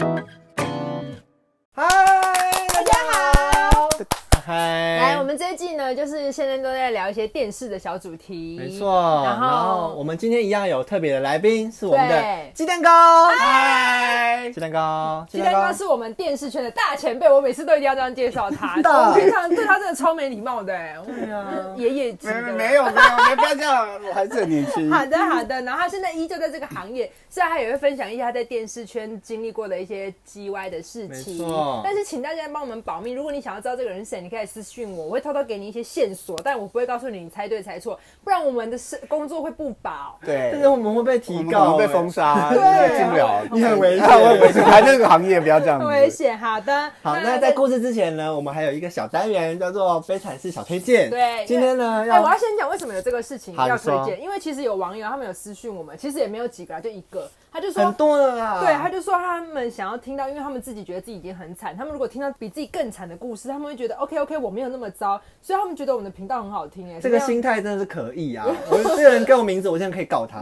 哎再聊一些电视的小主题。没错，然然后后我们今天一样有特别的来宾，是我们的对鸡蛋糕，嗨，鸡蛋糕，鸡蛋糕是我们电视圈的大前辈，我每次都一定要这样介绍 他。真的我平常对他真的超没礼貌的、哎对啊爷爷级没的。没没有没有，没不要这样，我还是很年轻。 好的好的，然后他现在依旧在这个行业，虽然他也会分享一下他在电视圈经历过的一些叽歪的事没情错，但是请大家帮我们保密。如果你想要知道这个人是谁，你可以私信我，我会偷偷给你一些线索，但我不会告诉你你猜对猜错，不然我们的事工作会不保。对，但是我们会被提我们告，被封欸，杀，对进不了。你很危险 我很危险，还在这个行业不要这样很危子。险。好的，好，那在故事之前呢，我们还有一个小单元叫做悲惨事小推荐，对今天呢哎、要我要先讲为什么有这个事情好要你推说荐，因为其实有网友他们有私讯我们，其实也没有几个啊，就一个，他就说很多啊了啦，对，他就说他们想要听到，因为他们自己觉得自己已经很惨，他们如果听到比自己更惨的故事，他们会觉得 OK OK，我没有那么糟，所以他们觉得我们的频道很好听哎。这个是心态真的是可以 啊！我这个人给我名字，我现在可以告他。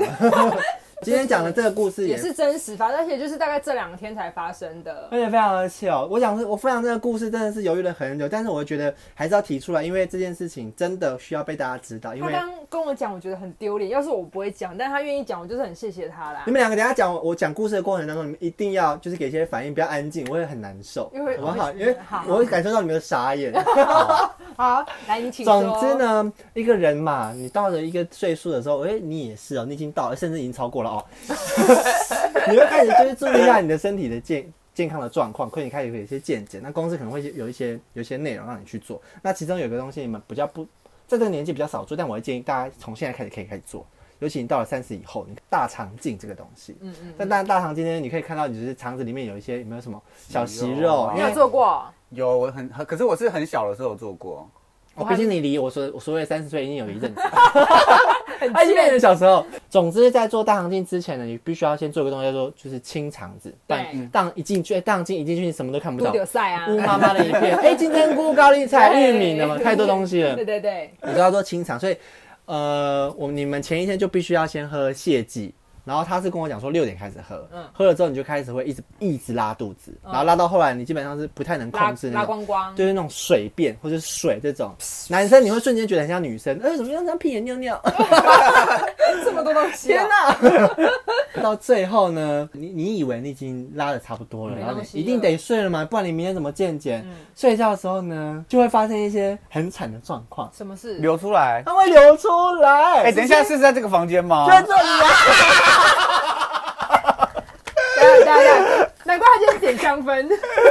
今天讲的这个故事这样也也是真实发生，而且就是大概这两天才发生的而。且非常的巧。我想是我分享这个故事真的是犹豫了很久，但是我觉得还是要提出来，因为这件事情真的需要被大家知道。因他为刚跟我讲，我觉得很丢脸。要是我不会讲，但他愿意讲，我就是很谢谢他啦你。们两个等一下讲我讲故事的过程当中，你们一定要就是给一些反应，不要安静，我会很难受，因为好不好？因为好我会感受到你们的傻 眼。好，来你请说。总之，呢，一个人嘛，你到了一个岁数的时候，哎、你也是哦，你已经到了，甚至已经超过了哦，你会开始就是注意一下你的身体的健健康的状况，可能你开始会有一些见解。那公司可能会有一些有一些内容让你去做，那其中有个东西你们比较不在这个年纪比较少做，但我会建议大家从现在开始可以开始做，尤其你到了三十以后，你大肠镜这个东西。嗯嗯，但大大肠镜呢，你可以看到你就是肠子里面有一些有没有什么小息息肉肉，你因有为 做过？有，我很，可是我是很小的时候做过，我毕竟你离我所我所谓三十岁已经有一阵子。很 哎，贱那个小时候，总之在做大肠镜之前呢，你必须要先做一个东西，叫做就是清肠子。不然对大肠一进去，哎大肠镜一进去，你什么都看不杜到，柳赛啊，乌麻麻的一片。哎，金针菇、高丽菜、对玉米，那么太多东西了对，对对，你都要做清肠，所以呃，我你们前一天就必须要先喝泻剂。然后他是跟我讲说六点开始喝，嗯喝了之后你就开始会一直一直拉肚子，嗯然后拉到后来你基本上是不太能控拉制那种，拉光光。就是那种水便或者水这种，男生你会瞬间觉得很像女生，哎、怎么样像屁眼尿尿？这么多东西啊、 到最后呢，你你以为你已经拉的差不多了，没然后东西你一定得睡了嘛，不然你明天怎么健检？嗯睡觉的时候呢，就会发生一些很惨的状况，什么事？流出来。它会流出来。哎，等一下是在这个房间吗就？在这里啊！对对对，啊难怪他今天点香 氛，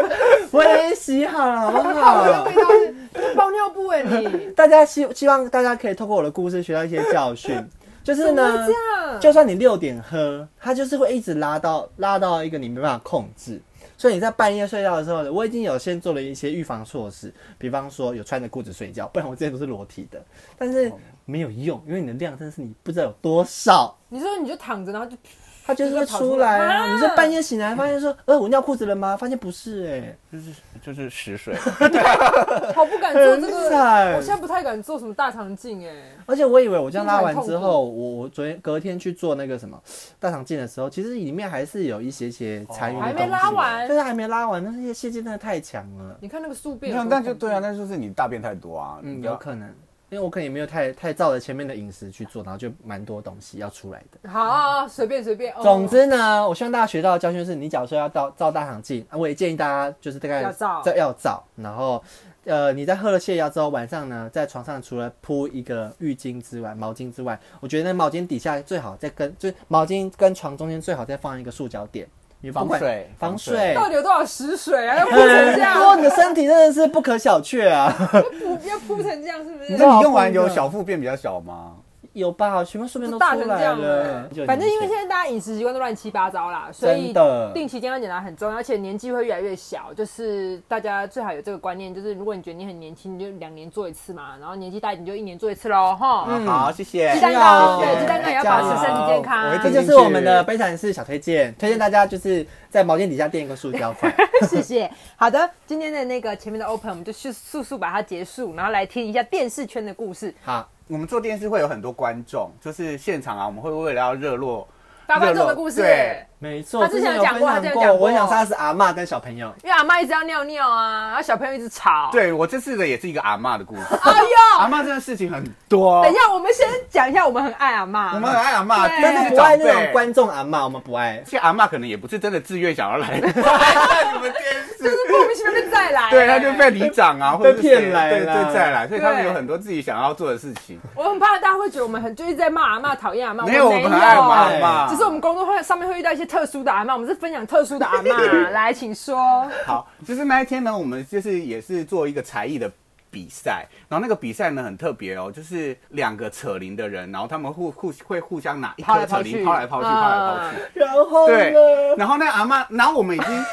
我已经洗好了，好不好 的好味？道是包尿布哎，你大家希希望大家可以透过我的故事学到一些教训， 就是怎么呢会，这样？就算你六点喝，它就是会一直拉到拉到一个你没办法控制。所以你在半夜睡觉的时候，我已经有先做了一些预防措施，比方说有穿着裤子睡觉，不然我之前都是裸体的，但是哦没有用，因为你的量真的是你不知道有多少，你说你就躺着，然后就它就是会出来啊。啊你是半夜醒来发现说，呃，我尿裤子了吗？发现不是、欸，就是就是屎水，好不敢哎做这 很个。惨我现在不太敢做什么大肠镜哎，而且我以为我这样拉完之后，我我昨天隔天去做那个什么大肠镜的时候，其实里面还是有一些些残余的哦还东西，没拉完但。是还没拉完，但是那些细菌真的太强了。你看那个宿没便，有，那就对啊，那就是你大便太多啊。嗯，你知道有可能，因为我可能也没有太太照着前面的饮食去做，然后就蛮多东西要出来的。好啊，好随便随便。哦总，之呢，我希望大家学到的教训是，你假如说要照照大肠镜，啊我也建议大家就是大概要照这要照，然后呃，你在喝了泻药之后，晚上呢在床上除了铺一个浴巾之外，毛巾之外，我觉得那毛巾底下最好再跟就是毛巾跟床中间最好再放一个塑胶垫，你不防管水防防水水。到底有多少屎水啊？要铺成这不过样，你的身体真的是不可小觑啊！铺要铺成这样是不你是这？那你用完有小腹变比较小吗？有吧？全部顺便都大出成这来样了了，。反正因为现在大家饮食习惯都乱七八糟啦，所以真的定期健康检查很重要，而且年纪会越来越小，就是大家最好有这个观念，就是如果你觉得你很年轻，你就两年做一次嘛，然后年纪大一点就一年做一次喽，哈。嗯好，谢谢鸡。蛋是啊糕，对，鸡蛋糕也要保持身体健我一这定康。就是我们的悲惨事小推荐，推荐大家就是在毛巾底下垫一个塑胶 块。 谢谢。好的，今天的那个前面的 open 我们就速速速把它结束，然后来听一下电视圈的故事。好，我们做电视会有很多观众，就是现场啊，我们会为了要热络八热观络众的故事，对，没错，他之前有讲过之前他之前有分有讲享过我想杀的是阿嬷跟小朋友。因为阿妈一直要尿尿啊，然后小朋友一直吵。，对我这次的也是一个阿嬷的故事，哎阿呦，嬷真的事情很多等一。下，我们先讲一下，我们很爱阿妈。我们很爱阿嬷，对但但是是不爱那长辈种观众阿嬷，我们不爱而。且阿嬷可能也不是真的自愿想 要来 来看你们电就视，是莫名其妙就再来。对，他就被里长啊，或者是谁被骗来对啦对再来，所以他们对有很多自己想要做的事情。我很怕大家会觉得我们很就一直在骂阿妈，讨厌阿妈。没有，我们啊们很爱我们没有阿嬷，只啊是我们工作会上面会遇到一些特殊的阿妈，我们是分享特殊的阿妈。来，请 说。好，就是那一天呢，我们就是也是做一个才艺的比赛，然后那个比赛呢很特别哦，就是两个扯铃的人，然后他们互互会互相拿一抛来颗扯抛去铃抛来抛去，嗯抛来抛去。然后对呢？然后那阿妈，然后我们已 经，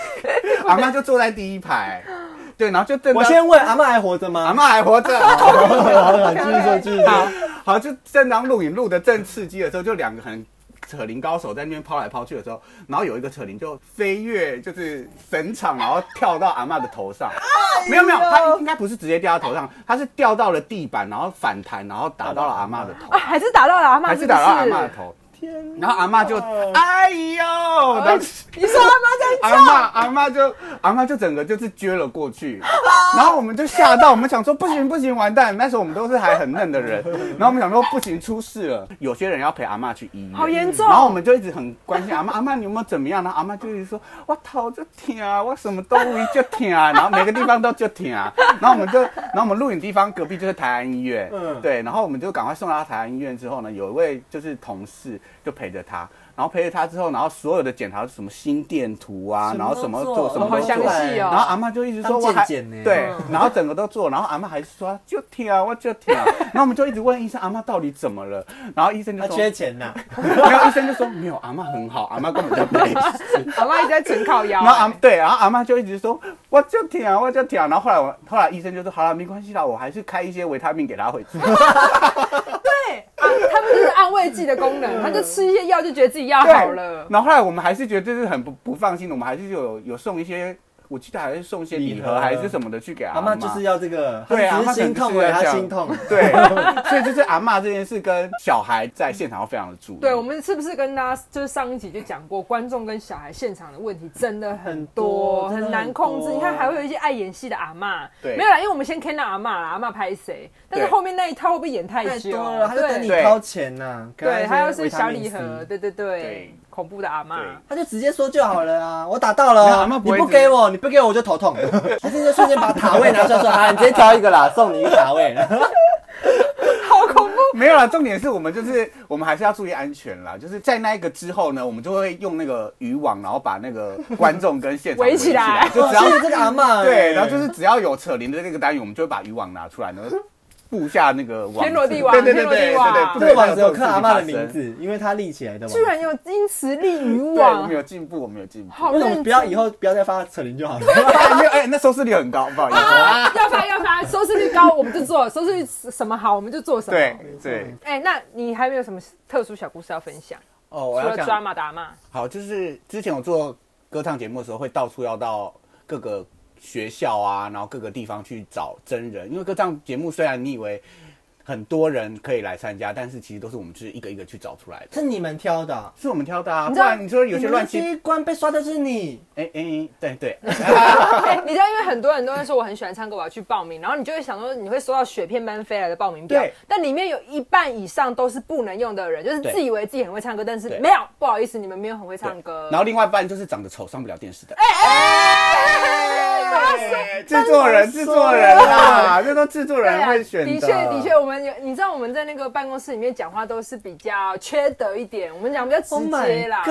阿妈就坐在第一排，对，然后就瞪到我先问阿嬷还活着阿吗？妈还活 着。好好继续说，继续好说。好，就正当录影录的正刺激的时候，就两个很扯铃高手在那边抛来抛去的时候，然后有一个扯铃就飞跃，就是整场，然后跳到阿嬷的头 上。没有没有，他应该不是直接掉到头上，他是掉到了地板，然后反弹，然后打到了阿嬷的头啊，，还是打到了阿妈，还是打到阿嬷的头。天哪，然后阿嬷就哎呦，然哎后你说阿妈阿在嬷叫，阿嬷就阿嬷就整个就是撅了过去，然后我们就吓到，我们想说不行不行，完蛋！那时候我们都是还很嫩的人，然后我们想说不行，出事了，有些人要陪阿嬷去医院，好严重然哦后我们就一直很关心阿嬷， 阿嬷你有没有怎么样呢？然后阿嬷就一直说我头就疼，啊我什么都会就疼，啊然后每个地方都就疼，啊然后我们就然后我们录影地方隔壁就是台安医院，嗯对，然后我们就赶快送到台安医院之后呢，有一位就是同事就陪着他。然后陪着他之后，然后所有的检查，什么心电图啊，什然么后都什么做做什么哦好都详做啊细哦然后阿妈就一直说当我健还检呢对嗯，然后整个都做，然后阿妈还说就听啊，我就听啊。然后我们就一直问医生，阿妈到底怎么了？然后医生就他说缺钱呐。没有，医生就说没有，阿啊妈很好，阿妈根本就没事。阿妈一直在纯靠腰然。后阿对，然后阿妈就一直说我就听啊，我就听啊。然后后来我后来医生就说好了，没关系啦，我还是开一些维他命给她回去。对，啊他们就是安慰剂的功嗯能，他就吃一些药就觉得自己要对好了。然后后来我们还是觉得就是很不不放心，我们还是有有送一些，我记得还是送一些礼礼盒盒还是什么的去给阿阿妈，嬷就是要这个，对她阿只嬷是心可痛而已，能就是要这她样心痛。对，所以就是阿嬷这件事跟小孩在现场要非常的注意。对，我们是不是跟大家就是上一集就讲过，观众跟小孩现场的问题真的很很多多，真的很难控很制。多你看，还会有一些爱演戏的阿嬷，对没有啦，因为我们先看到阿嬷啦，阿嬷拍谁，但是对后面那一套会不会演太太久？多了，他就等你对对掏钱呐。给她一对，些还有是维小他命礼 C 盒，对对对对，恐怖的阿嬷。对他就直接说就好了啊！我打到了没有阿哦，嬷不你会不直接给我，你不给我我就头痛。还是就瞬间把塔位拿出来 说，啊，你直接挑一个啦，送你一个塔位。好恐怖！ 没有啦，重点是我们就是我们还是要注意安全啦。就是在那一个之后呢，我们就会用那个渔网，然后把那个观众跟现场围起来就只哇要谢谢这个阿嬷，欸对，然后哦就是只要有扯铃的那个单元，我们就会把渔网拿出来，然后布下那个网子。天罗地网对对对天罗地对对网对，不这能个让网这子有种刻阿事嬷情的发名生。字，因为她立起来的网居子。然有因此立于对，我网们，有进步，我们有进步。 好为什么认不要真以后不要再发扯铃就好了？哎没有，哎，那收视率很高，不好意思。啊？要发要发，收视率高我们就做，收视率什么好我们就做什么。对对，哎、那你还没有什么特殊小故事要分享？哦，我除要了抓讲，马达嘛，好，就是之前我做歌唱节目的时候，会到处要到各个学校啊，然后各个地方去找真人，因为歌唱节目虽然你以为很多人可以来参加，但是其实都是我们就是一个一个去找出来的，是你们挑的啊，是我们挑的啊。你不知道然你说有些乱你七，们那关被刷的是你。哎哎，对对，哎、 你知道，因为很多人都会说我很喜欢唱歌，我要去报名，然后你就会想说你会收到雪片般飞来的报名表对，但里面有一半以上都是不能用的人，就是对自以为自己很会唱歌，但是对没有，不好意思，你们没有很会唱歌。然后另外一半就是长得丑上不了电视的。哎哎制作人，制作人啦，这都制作对人啊会选的确，的确，我们有，你知道我们在那个办公室里面讲话都是比较缺德一点，我们讲比较直 Oh 接 my 啦。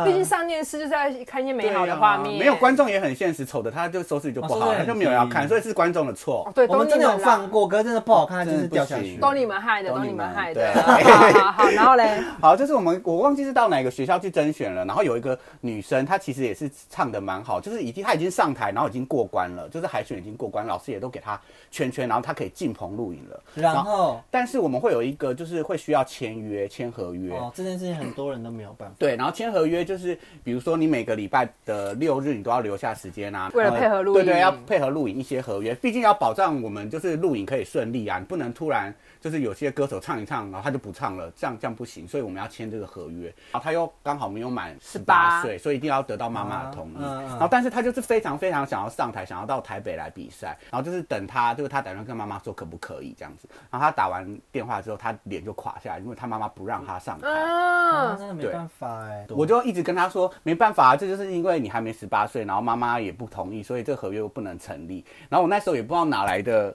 god！毕竟上电视就是要看一些美对好的啊画面、没有观众也很现实，丑的他就收视率就不哦收好，视率他就很没有要低看，所以是观众的错。对，我们都真你的有啦放过，可是真的不好看，它就是掉下真的去不。都你们害的，都都你你们们害的。对好 好好，然后 嘞，好，就是我们我忘记是到哪个学校去甄选了，然后有一个女生，她其实也是唱的蛮好，就是已经她已经上台，然后已经过过关了，就是海选已经过关，老师也都给他圈圈，然后他可以进棚录影了。然后但是我们会有一个，就是会需要签约、签合约。哦，这件事情很多人都没有办法。对，然后签合约就是，比如说你每个礼拜的六日，你都要留下时间啊，为了呃配合录对影对，要配合录影一些合约，毕竟要保障我们就是录影可以顺利啊，你不能突然就是有些歌手唱一唱，然后他就不唱了，这样这样不行，所以我们要签这个合约。然后他又刚好没有满十八18岁，所以一定要得到妈妈的同意。嗯嗯嗯然后但是他就是非常非常想要上台，想要到台北来比赛，然后就是等他，就是他打算跟妈妈说可不可以这样子。然后他打完电话之后，他脸就垮下来，因为他妈妈不让他上台。啊，嗯，真的没对办法哎，我就一直跟他说，没办法、这就是因为你还没十八岁，然后妈妈也不同意，所以这合约不能成立。然后我那时候也不知道哪来的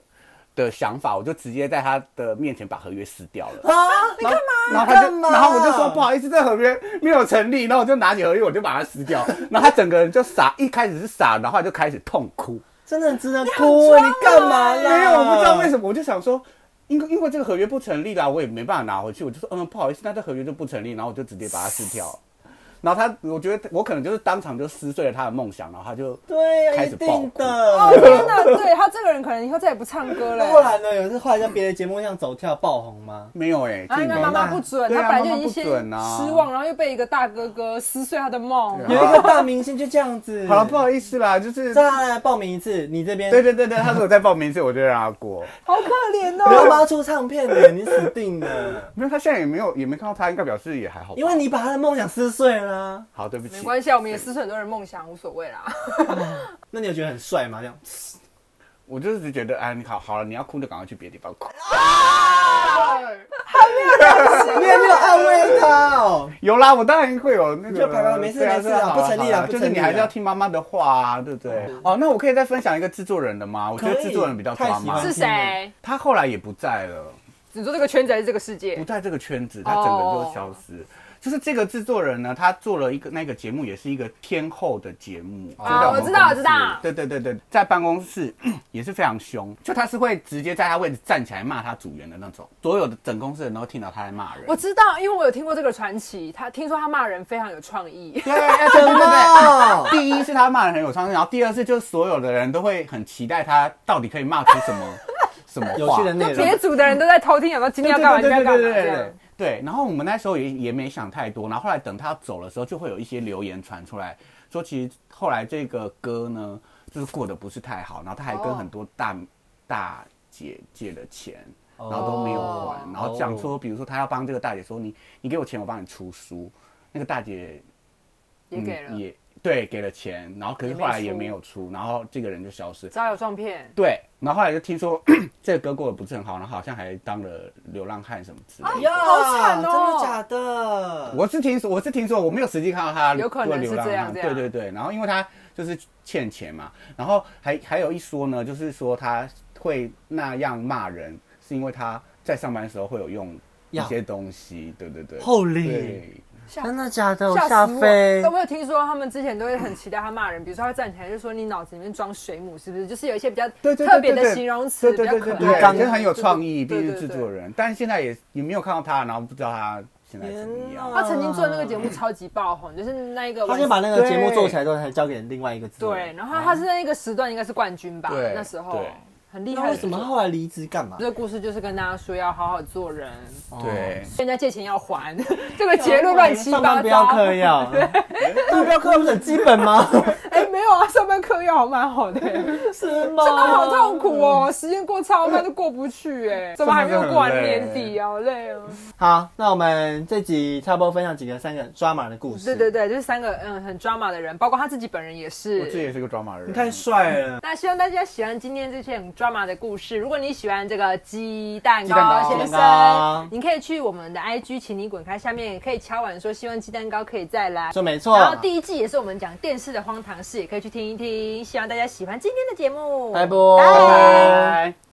的想法，我就直接在他的面前把合约撕掉了。啊，然后然后他就，然后我就说不好意思，这合约没有成立。然后我就拿起合约，我就把它撕掉。然后他整个人就傻，一开始是傻，然后他就开始痛哭。真的很值得哭啊，你干嘛啦？没有，我不知道为什么，我就想说，因为因为这个合约不成立啦，我也没办法拿回去，我就说，嗯，不好意思，那这合约就不成立，然后我就直接把它撕掉。然后他，我觉得我可能就是当场就撕碎了他的梦想，然后他就对啊，开一始爆定哭哦 的。天哪，对他这个人可能以后再也不唱歌那后了。来呢？有一次后来在别的节目上走跳爆红吗？没有哎、欸，啊，自己因为没妈妈拿不准，对他啊本来就已经先妈妈不准啊失望，然后又被一个大哥哥撕碎他的梦对。啊有一个大明星就这样子。好了，不好意思啦，就是再来报名一次，你这边对对对对，他如果再报名一次，我就让他过。好可怜没有哦！要出唱片的，你死定了，没有，他现在也没有也没看到他，应该表示也还好吧。因为你把他的梦想撕碎了啊。好，对不没起，关系啊，我们也撕碎很多人梦想，无所谓啦。那你有觉得很帅吗？这样，我就是觉得，哎，你好好了，你要哭就赶快去别的地方哭。你也没有安慰他哦。有啦，我当然会有那个。你就拍拍没事对啊没事对啊啊好不成立啦好不就成立啦是你还是要听妈妈的话啊，对不对？哦，那我可以再分享一个制作人的吗？我觉得可以制作人比较抓太马喜，欢是谁？他后来也不在了，你说这个圈子还是这个世界不？在这个圈子，他整个就消失。就是这个制作人呢，他做了一个那个节目，也是一个天后的节目。就在哦们我知道公我司知道对对对对，在办公室也是非常凶，就他是会直接在他位置站起来骂他组员的那种，所有的整公司人都听到他在骂人。我知道，因为我有听过这个传奇，他听说他骂人非常有创意。对，哎对对对对。哦，第一是他骂人很有创意，然后第二是就是所有的人都会很期待他到底可以骂出什 么什么话有趣的内容别。组的人都在偷听，想说今天要干嘛，今对天对要干对嘛对这对样。对，然后我们那时候也也没想太多，然后后来等他走的时候，就会有一些留言传出来，说其实后来这个歌呢，就是过得不是太好，然后他还跟哦很多大、大姐借了钱，哦然后都没有还哦，然后讲说，比如说他要帮这个大姐说，你你给我钱，我帮你出书，那个大姐也给了嗯、，也对，给了钱，然后可是也没后来也出没有出，然后这个人就消失。招摇撞骗。对，然后后来就听说 这个歌过得不是很好，然后好像还当了流浪汉什么之类的。呀好惨哦真的假的？我是听说，我是听说，我没有实际看到他有可能做流浪汉是这样这样对对对。然后因为他就是欠钱嘛，然后还还有一说呢，就是说他会那样骂人，是因为他在上班的时候会有用一药些东西，对对对，厚礼，对，吓真的假的？我吓哦吓死我！飞但。我有听说他们之前都会很期待他骂人，比如说他站起来就说你脑子里面装水母是不是？就是有一些比较对对对特别对对的形容词，比对较对可对爱对，刚真的很有创意，毕对竟对是对制作人，但是现在也也没有看到他，然后不知道他现在怎么天样哪。他曾经做那个节目超级爆红，就是那一个他先把那个节目做起来之后，才交给另外一个制作人对，。然后他是那一个时段应该是冠军吧对，那时候对很厉那害为的人。什么他后来离职干嘛这？个故事就是跟大家说要好好做人，对，人家借钱要还， 这个结论乱七哦上八班不要糟。嗑 药，上班不要嗑药不是很基本吗？哎，没有啊，上班嗑药还蛮好 的，是吗？那好痛苦哦，时间过超慢就过不去哎，怎么还没有过完真的很累年底啊？好累哦。好，那我们这集差不多分享几个三个抓马的故事。对对，对，就是三个嗯很 drama 的人，包括他自己本人也是。我自己也是个抓马人。你太帅了。那希望大家喜欢今天这些很 drama 的故事。如果你喜欢这个鸡蛋鸡蛋糕糕先鸡蛋糕生，你可以去我们的 IG，请你滚开，下面也可以敲碗说希望鸡蛋糕可以再来。说没错。然后第一季也是我们讲电视的荒唐事，也可以去听一听。希望大家喜欢今天的节目，拜拜。拜拜。